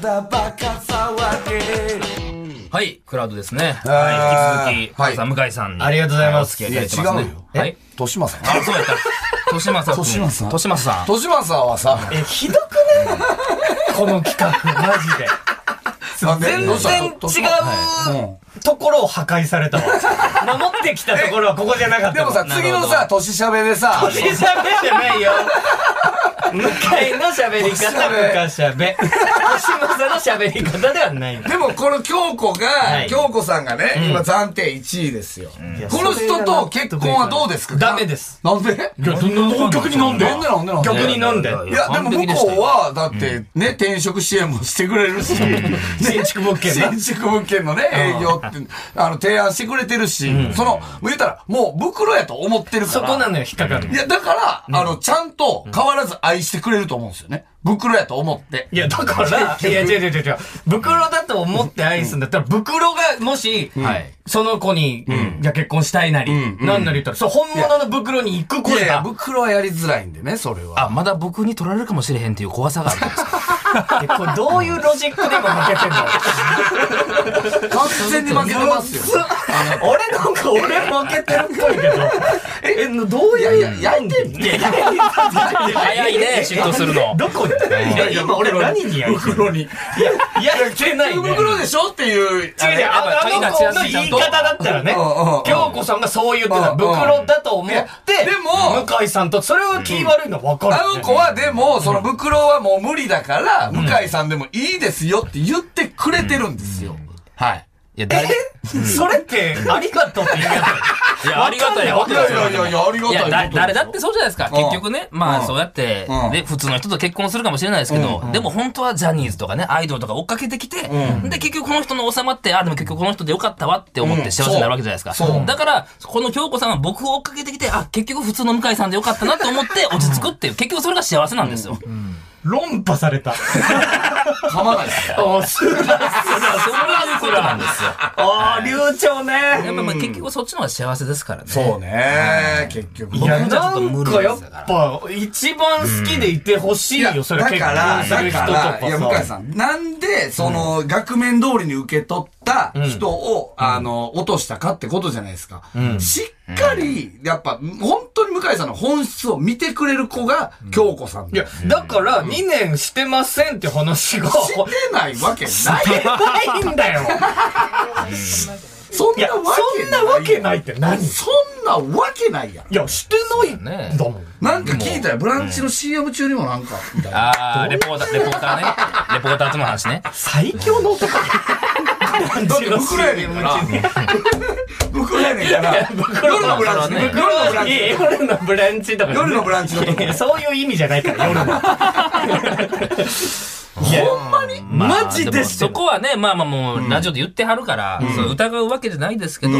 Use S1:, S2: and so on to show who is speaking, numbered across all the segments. S1: だバカ騒ぎ
S2: はい、クラウドですね。
S1: ー
S2: はい、引き続き、
S1: はい
S2: さん向井さんに。
S3: ありがとうございます
S2: はお付き合いいただいてますね。
S1: いや
S2: はい。
S1: 豊島さん
S2: あ、そうやった。としまさん。
S1: としまさん
S2: としまさん。
S1: 豊島さんはさ
S3: え、ひどくないこの企画、マジで。
S1: なんで
S3: 全
S1: どうした
S3: 然違
S1: 豊島
S3: うところを破壊さ れたわ。守ってきたところはここじゃなかった
S1: でもさ
S3: な
S1: 次のさ年しゃべでさ
S3: 昔し ゃべじゃないよ。向井の喋り方、昔しゃべ。星野さんの喋り方ではないの。
S1: でもこの京子が、
S3: い
S1: 京子さんがね、今暫定1位ですよ、この人と結婚はどうですか
S3: ダメです。
S1: なんで
S3: いや、そんな逆に飲ん
S1: なんでなんでなんで
S3: 逆に飲んで。
S1: いや、でも
S2: 完
S1: 向
S2: 璧でし
S1: こ
S2: た
S1: う
S2: よ
S1: は、だってね、転職支援もしてくれるし、
S3: 新築物件な
S1: 新築物件のね、営業って、あの、提案してくれてるし、その、言ったら、もう袋やと思ってるか
S3: そ
S1: ら。
S3: こなのよ、引っかかるの
S1: い。や、だから、あの、ちゃんと変わらず愛してくれると思うんですよね。袋やと思って。
S3: いや、だから、いや、違う違う違う違う。袋だと思って愛すんだったら、袋がもし、
S2: はい
S3: その子に、じゃあ結婚したいなり、なんなり言ったら、そう、本物の袋に行く子
S1: いやいや、
S3: が、
S1: 袋はやりづらいんでね、それは。
S2: あ、まだ僕に取られるかもしれへんっていう怖さがあるんですか
S3: えこれどういうロジックで今負けてんの
S1: 完全に負けてますよ。
S3: 俺なんか俺負けてるっぽいけど、え、どういう、
S1: いや焼いてんの
S2: 早い ね、嫉妬するの。
S3: どこでいや、今俺何にやる
S1: 袋に。
S3: いや、やってないね。
S1: 袋でしょっていう。
S3: 違う違う、あのあの子の言い方だったらね
S1: うんうんうん、
S3: 京子さんがそう言ってた、
S1: うんうん
S3: 袋だと思って、
S1: でも
S3: 向井さんと、それは気悪いの分かるよね。
S1: あの子はでも、その袋はもう無理だから、向井さんでもいいですよって言ってくれてるんですよ。はい。
S2: いや、誰、い
S3: それって、ありがとうって言うや
S2: や、ありがたいよ。
S1: いやいやいやいや、ありが
S2: い
S1: た
S2: や、
S1: い。
S2: だ誰だってそうじゃないですか。
S1: ん
S2: 結局ね、ま
S1: う
S2: あ
S1: ん
S2: そうやって
S1: うん、
S2: で、普通の人と結婚するかもしれないですけど、でも本当はジャニーズとかね、アイドルとか追っかけてきて、で、結局この人の収まって、あ、でも結局この人でよかったわって思っ
S1: うん
S2: て幸せになるわけじゃないですか
S1: そうそう。
S2: だから、この京子さんは僕を追っかけてきて、あ、結局普通の向井さんでよかったなって思って落ち着くっていう、結局それが幸せなんですよ。
S3: 論破された。
S1: 噛まないですよ。
S3: あ、すらすら
S2: そういうことなんですよ。
S3: あー、流暢ね。
S2: やっぱまあ結局そっちの方が幸せですからね。
S1: そうね、結局。
S3: いや、
S2: 僕じゃちょ
S3: な
S2: っと無
S3: ん
S2: 理
S3: かや
S2: で
S3: っ
S2: すだから
S3: ぱ、一番好きでいてほしいよ、それ
S1: だから、
S3: 結婚する
S1: だ
S3: 人と
S1: か、
S3: から
S1: いや、向井さん、なんで、その、額面通りに受け取った人を、あの、落としたかってことじゃないですか。しっかり、やっぱ、本当に向井さんの本質を見てくれる子が、京子さん
S3: い
S1: だ。
S3: や、だから、2年してませんって話が、
S1: 知ってないわけない。
S3: ないんだよ。
S1: そん
S3: いや、
S1: な
S3: そ
S1: わけ
S3: んなわけないって何い
S1: そんなわけないやん。
S3: や、してないんだもん。
S1: なんか聞いたよ。ブランチの CM 中にもなんか、みた いな。
S2: ああ、レポーター、レポーターね。レポーターとの話ね。
S3: 最強の男
S1: だって袋やねんから。袋やねんから。夜のブランチね。
S3: 袋
S1: 夜のブランチね。
S3: 夜のブランチとかね。
S1: 夜のブランチのとこ
S3: いやそういう意味じゃないから、夜の。ほんまにマジ
S2: まあ
S3: で
S2: も
S3: して
S2: そ
S3: る
S2: こはね、まあまあもう、ラジオで言ってはるから、そう疑うわけじゃないですけど、う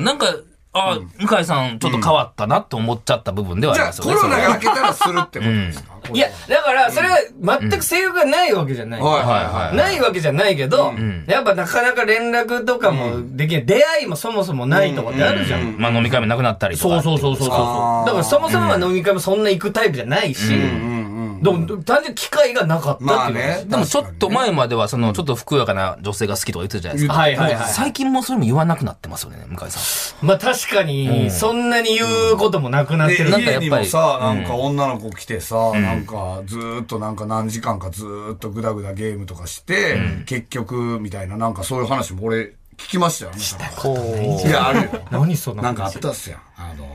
S2: んなんか、あ、向井さん、ちょっと変わったなって思っちゃった部分ではあ
S1: じ
S2: り
S1: ゃあ、
S2: ますよ
S1: コ
S2: ね。
S1: ロ
S2: そ
S1: ナ
S2: れは
S1: が明けたらするってことですか
S3: いや、だから、それは全く性欲がないわけじゃない。
S1: はいはいはい。
S3: ないわけじゃないけど、やっぱなかなか連絡とかもできない。出会いもそもそもないとかってあるじゃん。
S2: まあ飲み会もなくなったりと
S3: そ
S2: か。
S3: うそうそうそうそう
S1: あ
S3: そ
S1: ー
S3: う。だからそもそもは飲み会もそんな行くタイプじゃないし、でも単純に機会がなかったっていうのが
S1: まあね。
S2: でもちょっと前までは、その、ちょっとふくよかな女性が好きとか言ってたじゃないですか。
S3: はいはいはい
S2: 最近もうそれも言わなくなってますよね、向井さ
S3: まあ確かに、そんなに言うこともなくなって
S1: で
S3: るな。
S2: んか
S1: 家
S2: やっぱり
S1: にもさ、なんか女の子来てさ、なんかずーっとなんか何時間かずーっとぐだぐだゲームとかして、結局みたいななんかそういう話も俺聞きましたよね。
S3: こ
S1: いや、あるよ。
S3: う。何その
S1: なんかあったっすやん。あの、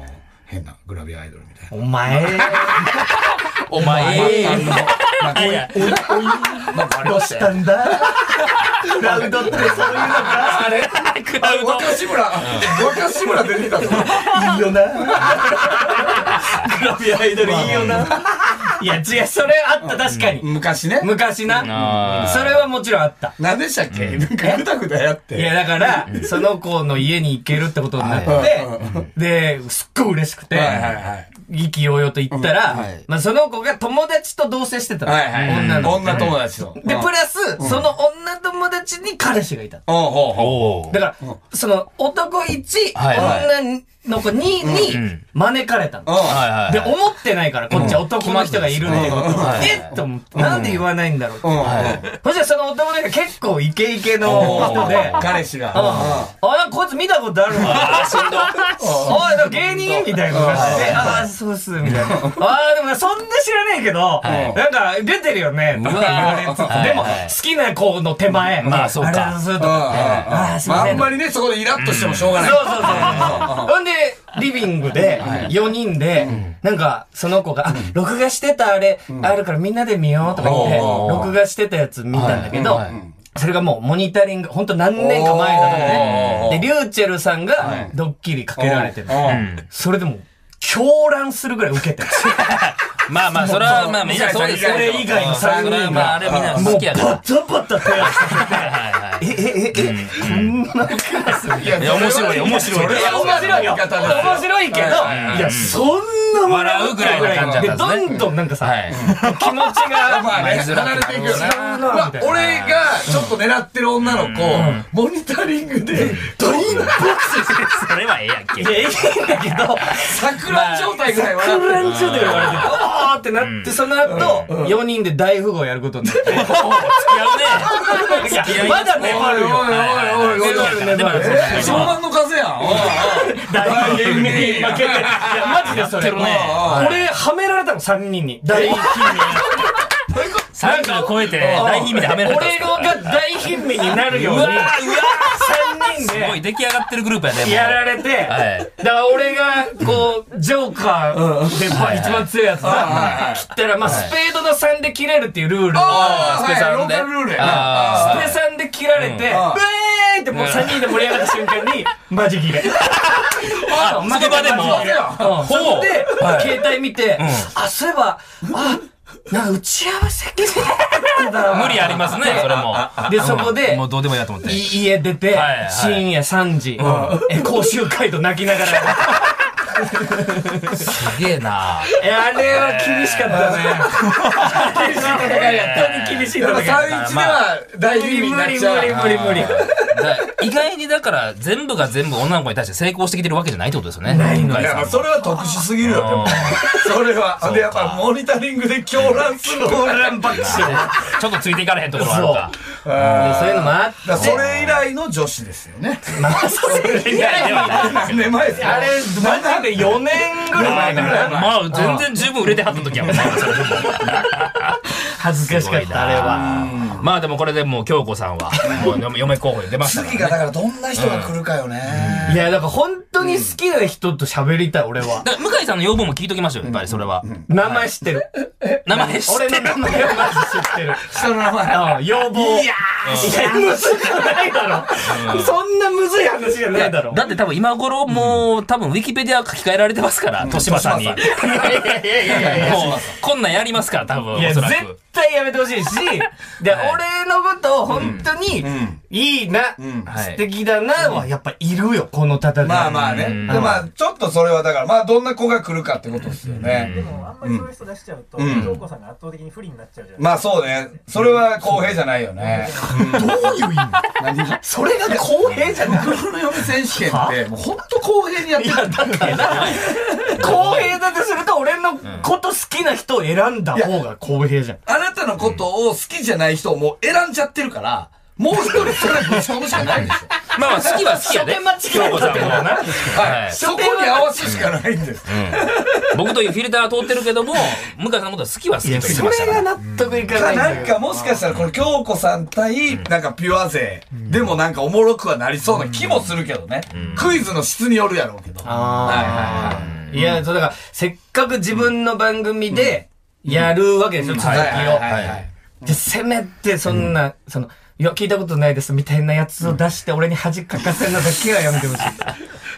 S1: 変なグラビアアイドルみたいな。
S3: お前。
S2: ん。お前、
S1: あのなんかなんかあれましたよ
S3: んだクラウドってそういうのかあれ
S2: クラウド。
S1: 若志村、若志村出てきたぞ。
S3: いいよな。グラビアアイドルいいよな。いや、違う、それあった、確かに。
S1: 昔ね。
S3: 昔
S2: あ
S3: な。
S2: ー
S3: それはもちろんあった。
S1: 何でしたっけなんかぐだぐだやって。
S3: いや、だから、その子の家に行けるってことにな
S1: は
S3: って、で、すっごい嬉しくて、
S1: はいはいはい。
S3: 意気揚々と行ったら
S1: うんはい、
S3: まあその子が友達と同棲してたの。
S1: はいはい。
S3: 女の子。
S1: 女友達と。
S3: で、
S1: うん
S3: プラス、その女友達に彼氏がいたの。
S1: おうほうほう
S2: おー
S3: だから、その、男1、
S2: はいはい
S3: 女の子に、に
S2: ん、
S3: 招かれたの。
S2: はいはいはい。
S3: で、思ってないから、こっちは男の人がいるってこと
S2: まずですね
S3: えっと思って、なんで言わないんだろうって
S1: うん。
S3: そしたらその男の人が結構イケイケの人で、
S1: 彼氏が。
S3: あ、なんかこいつ見たことあるわ。あ、でも芸人みたいな感じで、あ、そうっす、みたいな。あ、でもそんな知らねえけど、
S2: い
S3: なんか出てるよね、とか言われつつ、
S2: うわ
S3: でも好
S2: はい
S3: きな子の手前、
S2: まあそうか
S3: あれそう
S1: うんうんうん
S3: とあーすいま
S1: まあ
S3: せん
S1: あんまりね、そこでイラッとしてもしょうがない。
S3: そうそうそう。ほんで、リビングで、4人で、なんか、その子が、あ録画してたあれ、あるからみんなで見ようとか言って、
S2: おー
S3: 録画してたやつ見たんだけど
S2: はいはい、
S3: それがもうモニタリング、ほんと何年か前だから
S2: お
S3: ね。
S2: ー
S3: で、リューチェルさんが
S1: い
S3: ドッキリかけられてる。
S1: うん
S3: それでも、狂乱するぐらい受けてる。
S2: まあまあ、それはまあみんなそうですよ。
S1: それ
S3: 以外の三人が
S2: それはまあ、あれみんな
S3: もう
S2: 好きやから
S3: バ。タバタ手足させ て。え、え、え、え、こんなクラス
S1: いや
S2: いや面白い面白い
S1: それ
S3: いや、
S1: は
S3: 面白いよ。
S1: 言方だ
S3: 面白いけど、
S1: はい
S2: はい
S3: いや、そんな
S2: 笑うぐらいな感じだったんですね
S3: どんどんなんかさ、
S2: はい。
S3: 気持ちが、
S1: まあね、離れていくよね。まあ、俺がちょっと狙ってる女の子、モニタリングで、どんな
S2: それはええやんけ
S3: い。や、いいんだけど、
S1: 桜状態ぐらい笑って
S3: ク
S1: る。
S3: ランチョで言われて、おーってなって、その後、4人で大富豪やることになって。いや
S2: 付き合い
S3: まだ
S1: おい
S3: 粘るよ。
S1: おいおいおいおい。
S3: 粘る粘る。
S1: えー、湘南の風やん。おいおい
S3: 大富豪に負けて。いや、マジでそれ。
S2: やってるね
S3: 俺、はめられたの、3人に。大金
S2: 3から超えて、大秘密ではめられたんです
S3: 俺
S2: け
S3: の
S2: ど。
S3: が大貧民になるように。
S2: うわーうわ
S3: 3人
S2: すごい
S3: で
S2: 出来上がってるグループやで、もう
S3: やられて、
S2: はい
S3: だから俺が、こう、ジョーカーで、まあ一番強いやつ
S1: は
S3: だ。切ったら、まあ、スペードの3で切れるっていうルールで、
S1: あ
S2: スペさんで
S1: はいローカルルールや
S2: あ
S3: スペ3で切られて、ウェーイってもう3人で盛り上がった瞬間に、マジ切れ。
S2: あ、その場でも、
S1: 風やん。
S2: ほ
S3: そこ
S2: う、
S3: で、携帯見て、あ、そういえば、あ、なんか打ち合わせ来てたら
S2: 無理ありますね、それも。
S3: で、そこで
S2: も、うどうでもいいやと思って。
S3: い家出て、
S2: はいはい
S3: 深夜3時、え甲州街道泣きながら。
S2: すげえな
S3: えあれは厳しかったね。厳しい戦いやった。本当に厳しい
S1: やっぱ
S3: 戦いだっ
S1: 3-1では大
S3: た。無理
S1: ビビに
S3: 無
S1: なっ
S3: 理
S1: ちゃう。
S3: 無理無理無理。
S2: だから意外にだから、全部が全部女の子に対して成功してきてるわけじゃないってことですよね。
S3: ないのよ
S2: 向井
S1: い
S2: さん
S1: や、
S2: も
S1: それは特殊すぎるよ、で も。それは。で、やっぱモニタリングで狂乱する。
S3: 混乱ばっかして。
S2: ちょっとついていかれへんところはあるか。
S3: そういうのもあっ
S1: だからそれ以来の女子ですよね。
S3: て。いやいや
S1: 何年前ですか
S3: あれ、マジで4年ぐらい前かな。
S2: まあ、全然十分売れてはった時やもんな、それでも
S3: 恥ずかしかった、あれは。
S2: まあでもこれでもう京子さんは、もう嫁嫁候補に出ましたから
S1: 次がだからどんな人が来るかよね。
S3: いや、だから本当に好きな人と喋りたい、俺は。
S2: だから向井さんの要望も聞いときましょう、やっぱりそれは。
S3: 名前知ってる。
S2: 名前知って
S3: 俺の
S2: る
S3: 名前はマジ知ってる。
S1: 下の名前。
S3: うん要望。いやー、むずくないだろ。そんなむずい話じゃないだろ。
S2: だって多分今頃もう多分ウィキペディア書き換えられてますから、豊島さんに。もう
S1: 豊
S2: こんなんやりますから多分
S3: いや、
S2: おそら
S3: 絶
S2: く。
S3: 対やめてほし いし、で、俺のことを本当に
S1: ん、
S3: いいな、
S2: はい
S3: 素敵だなは、やっぱいるよ、この戦い。
S1: まあまあね。でまあ、ちょっとそれはだから、まあどんな子が来るかってことですよね。
S4: もうあんまりそういう人出しちゃうと、
S1: ん
S4: 京子さんが圧倒的に不利になっちゃうじゃないですか。
S1: まあそうね。それは公平じゃないよね。
S3: どういう意味それが公平じゃない。
S1: プロの嫁選手権って、もうほんと公平にやってる。
S3: 公平だとすると、俺のこと好きな人を選んだ方が公平じゃん。
S1: あなたのことを好きじゃない人をもう選んじゃってるから、もう一人それぶち込むしかないんですよ。
S2: まあまあ好きは好きやで。
S3: 初手間違えたってことだな。
S2: は
S1: はいい。そこに合わせるしかないんです。
S2: 僕というフィルターは通ってるけども、向井さんのことは好きは好きと言って
S3: そ
S2: ました
S3: れ
S2: か
S3: が
S2: ら。
S3: 納得いかないんだ
S1: なん
S3: よ。
S1: かもしかしたらこれ京子さん対、なんかピュア勢、でもなんかおもろくはなりそうな気もするけどね。クイズの質によるやろうけど。
S3: ああ。いや、そうだから、せっかく自分の番組でやるわけですよ、続き
S1: はいはい
S3: を。
S1: はいはい。
S3: で、せめて、そんな、その、いや、聞いたことないですみたいなやつを出して、俺に恥かかせるのだけはやめてほし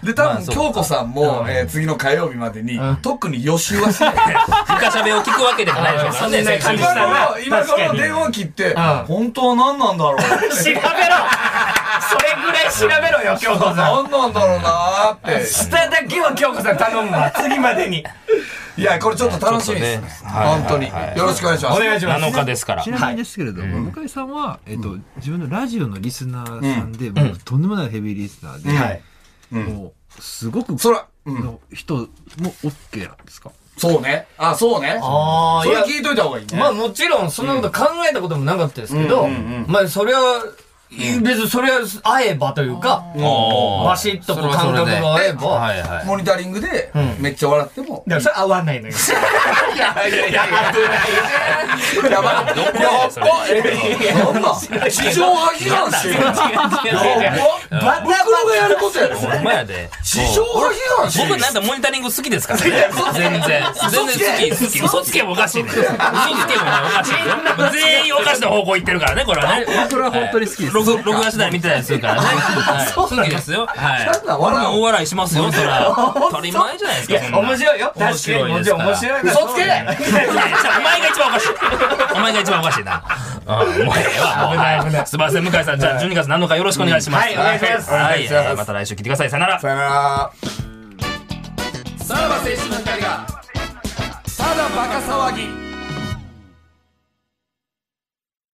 S3: い。
S1: で、多
S2: まあ
S1: 分、
S2: そう
S1: 京子さんも、えー次の火曜日までに、特に予習はしない。
S2: 深しゃべを聞くわけでもないでしょうからね
S3: そんな感じ
S1: 今
S3: したな
S1: 頃、今
S3: 確か
S1: 頃
S3: に
S1: 電話切って、
S3: ん
S1: 本当は何なんだろう。
S3: 調べろそれぐらい調べろよ、京子さん。
S1: 何なんだろうなーって。
S3: 下だけは京子さん頼むわ、次までに。
S1: いや、これちょっと楽しみですね。本当に。よろしくお願いします。
S3: 願いし
S2: 7日ですから
S5: ち。なみにですけれども、向井さんは、えっと、自分のラジオのリスナーさんで、もうとんでもないヘビーリスナーで、もう、すごく、
S1: そら、
S5: の人も OK なんですか、
S1: そうね。あ、そうね。
S3: あ
S1: そ
S3: ーい
S1: れ
S3: や
S1: 聞いといた方がいいね。
S3: まあもちろん、そんなこと考えたこともなかったですけど、
S1: うんうんうん
S3: まあそれは、別にそれは会えばというか、バシッとこう感覚が合えば、
S2: はいはい。
S1: モニタリングで、めっちゃ笑っても。
S3: でもそれ合わないのよ。
S1: やばい。やばい。なんだ地上波批判してる。やば
S3: バタ
S1: 僕らがやることやろ。
S2: ほんまやで。
S1: 地上波批判してる
S2: 僕。なんかモニタリング好きですからね。全然。全然好き。好き。嘘つけもおかしいね。嘘つけもねおかしいね。全員おかしな方向行ってるからね、これはね。
S5: これは本当に好きです。
S2: 録録画次第見てたりするからね。はい好きですよ。はい。
S1: そんなん笑う
S2: 大笑いしますよ、そら。当たり前じゃないです
S3: い
S2: か、そ
S3: や、
S2: んな
S3: 面白いよ。
S2: 面
S3: 確かに。
S2: 白い
S3: も
S2: で
S3: ち
S2: す
S3: ろん
S2: から
S3: 面白いから。
S1: 嘘つけない
S2: いやじゃあお前が一番おかしい。お前が一番おかしいな。うん、もうええわ。危ない、危ない。すみません、向井さん。じゃあ、12月7日よろしくお願いします。
S3: はいお願いします
S2: は
S3: お願
S2: い、
S3: い
S2: え
S3: します
S2: ーまた来週聞いてください。さよなら。
S1: さよなら。さらば青春の光が、ただバカ騒ぎ。